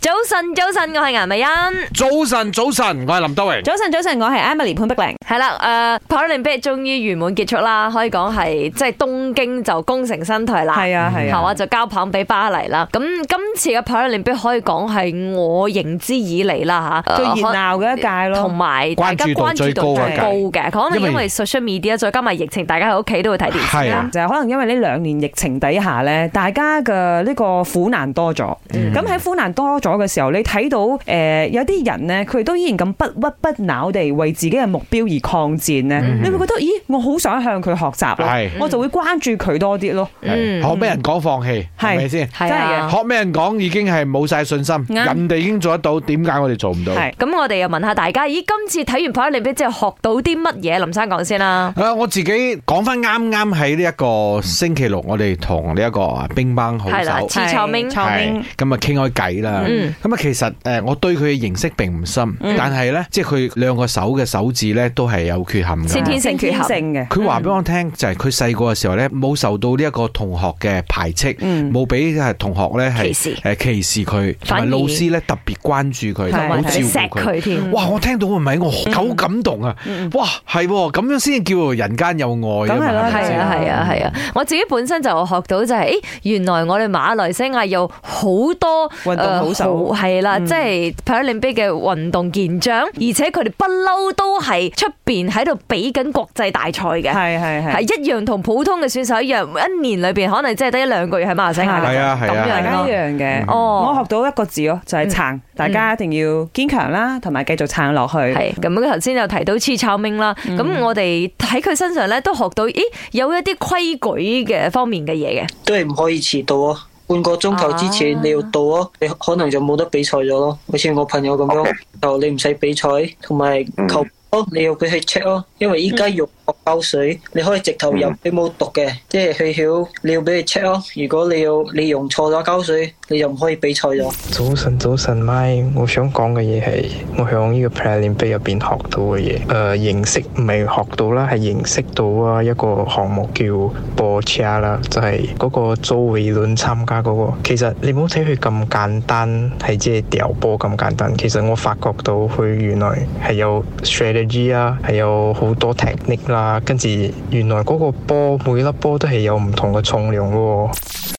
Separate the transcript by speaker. Speaker 1: 早晨，早晨，我係顏美欣。
Speaker 2: 早晨，早晨，我係林德榮。
Speaker 3: 早晨，早晨，我係 Emily 潘碧玲。
Speaker 1: 係啦，誒、Paralympic 呃終於圓滿結束啦，可以講係即係東京就功成身退啦。
Speaker 3: 係
Speaker 2: 嗯
Speaker 3: 啊，係
Speaker 1: 係
Speaker 3: 啊。
Speaker 1: 嘛就交棒俾巴黎啦。咁今次嘅 Paralympic 可以講係我認知以嚟啦嚇，
Speaker 3: 最熱
Speaker 1: 可
Speaker 3: 鬧嘅一屆咯，
Speaker 1: 同埋大家關
Speaker 2: 關
Speaker 1: 注
Speaker 2: 注
Speaker 1: 度
Speaker 2: 度
Speaker 1: 最
Speaker 3: 最
Speaker 1: 高
Speaker 3: 高
Speaker 1: 嘅，可能
Speaker 2: 因為
Speaker 1: 因為 social media 再加埋疫情，大家喺屋企都會睇電視。
Speaker 2: 係
Speaker 3: 就係可能因為呢兩年疫情底下呢，大家嘅呢個苦難多咗。
Speaker 2: 嗯
Speaker 3: 咁喺苦難多咗嘅時候，你睇到誒、呃有啲人呢，佢都依然咁不屈不撓地為自己嘅目標而抗戰呢，
Speaker 2: 嗯
Speaker 3: 你會覺得咦，我好想向佢學習咯
Speaker 2: 係
Speaker 3: 我就會關注佢多啲咯。
Speaker 1: 嗯
Speaker 2: 係學咩人講放棄，係咪先？
Speaker 1: 係
Speaker 3: 真係
Speaker 1: 啊
Speaker 3: 嘅。
Speaker 2: 學咩人講已經係冇晒信心，
Speaker 3: 啱
Speaker 2: 人哋已經做得到，點解我哋做唔到？
Speaker 3: 係
Speaker 1: 咁我哋又問下大家，咦，今次睇完 Paralympic 之後學到啲乜嘢？林生講先啦。
Speaker 2: 啊！我自己講翻啱啱喺呢一個星期六，我哋同呢一個乒乓好
Speaker 1: 係啦
Speaker 2: 手
Speaker 1: 切臭明
Speaker 3: 係臭
Speaker 2: 係
Speaker 3: 明
Speaker 2: 咁啊傾開偈啦。
Speaker 1: 嗯
Speaker 2: 咁啊，其實誒，我對佢嘅認識並唔深，但係咧，即係佢兩個手嘅手指咧都係有缺陷嘅。
Speaker 1: 先天性缺陷
Speaker 3: 先天性嘅，
Speaker 2: 佢話俾我聽就係佢細個嘅時候咧，冇受到呢一個同學嘅排斥，冇俾係同學咧
Speaker 1: 嗯
Speaker 2: 係
Speaker 1: 歧視
Speaker 2: 誒歧視佢，同
Speaker 1: 反而
Speaker 2: 埋老師咧特別關注佢，
Speaker 3: 係
Speaker 2: 好
Speaker 1: 同埋
Speaker 2: 照顧
Speaker 1: 錫
Speaker 2: 佢。
Speaker 1: 佢添。嗯
Speaker 2: 哇！我聽到唔係我好感動啊！哇，係喎咁樣先叫做人間有愛啊
Speaker 3: 梗係
Speaker 2: 嘛，
Speaker 3: 啦
Speaker 2: 係咪
Speaker 1: 係
Speaker 2: 先
Speaker 1: 啊係啊係啊！我自己本身就學到就係、誒原來我哋馬來西亞有好多
Speaker 3: 運動好手嗯
Speaker 1: 呃好係啦，即係 Paralympic 嘅運動健將，而且佢哋不嬲都係出邊喺度比緊國際大賽嘅，
Speaker 3: 係係係
Speaker 1: 係。一樣同普通嘅選手一樣，一年裏邊可能即係得一兩個月喺馬來西亞嘅
Speaker 2: 係啊
Speaker 1: 啫
Speaker 2: 係
Speaker 1: 咁
Speaker 2: 啊
Speaker 3: 大
Speaker 1: 樣
Speaker 3: 家一
Speaker 1: 咯。
Speaker 3: 樣嘅。
Speaker 1: 哦
Speaker 3: 我學到一個字咯，就係撐，大家一定要堅強啦，同埋繼續撐落去。
Speaker 1: 係咁，頭先又提到黐炒明啦，
Speaker 3: 嗯
Speaker 1: 咁我哋喺佢身上咧都學到，咦有一啲規矩嘅方面嘅嘢嘅，
Speaker 4: 都係唔可以遲到啊！半個鐘頭之前
Speaker 1: 啊
Speaker 4: 你要到啊，你可能就冇得比賽咗咯。好似我朋友咁樣
Speaker 5: OK，
Speaker 4: 就你唔使比賽，同埋球波你要俾佢 check 咯。因為依家用膠水，你可以直頭入，你冇毒嘅，即係佢曉你要俾佢 check 咯。如果你要你用錯咗膠水，你就唔可以比賽咗。
Speaker 6: 早晨，早晨，Mike，我想講嘅嘢係我響呢個 Paralympic 入邊學到嘅嘢，誒、認識唔係學到啦，係認識到啊一個項目叫 Boccia 啦，就係嗰個周偉倫參加嗰、個。其實你唔好睇佢咁簡單，係即係掉波咁簡單。其實我發覺到佢原來係有 strategy 啊，係有好多 technique 啦，跟住原來嗰個波每粒波都係有唔同嘅重量嘅喎。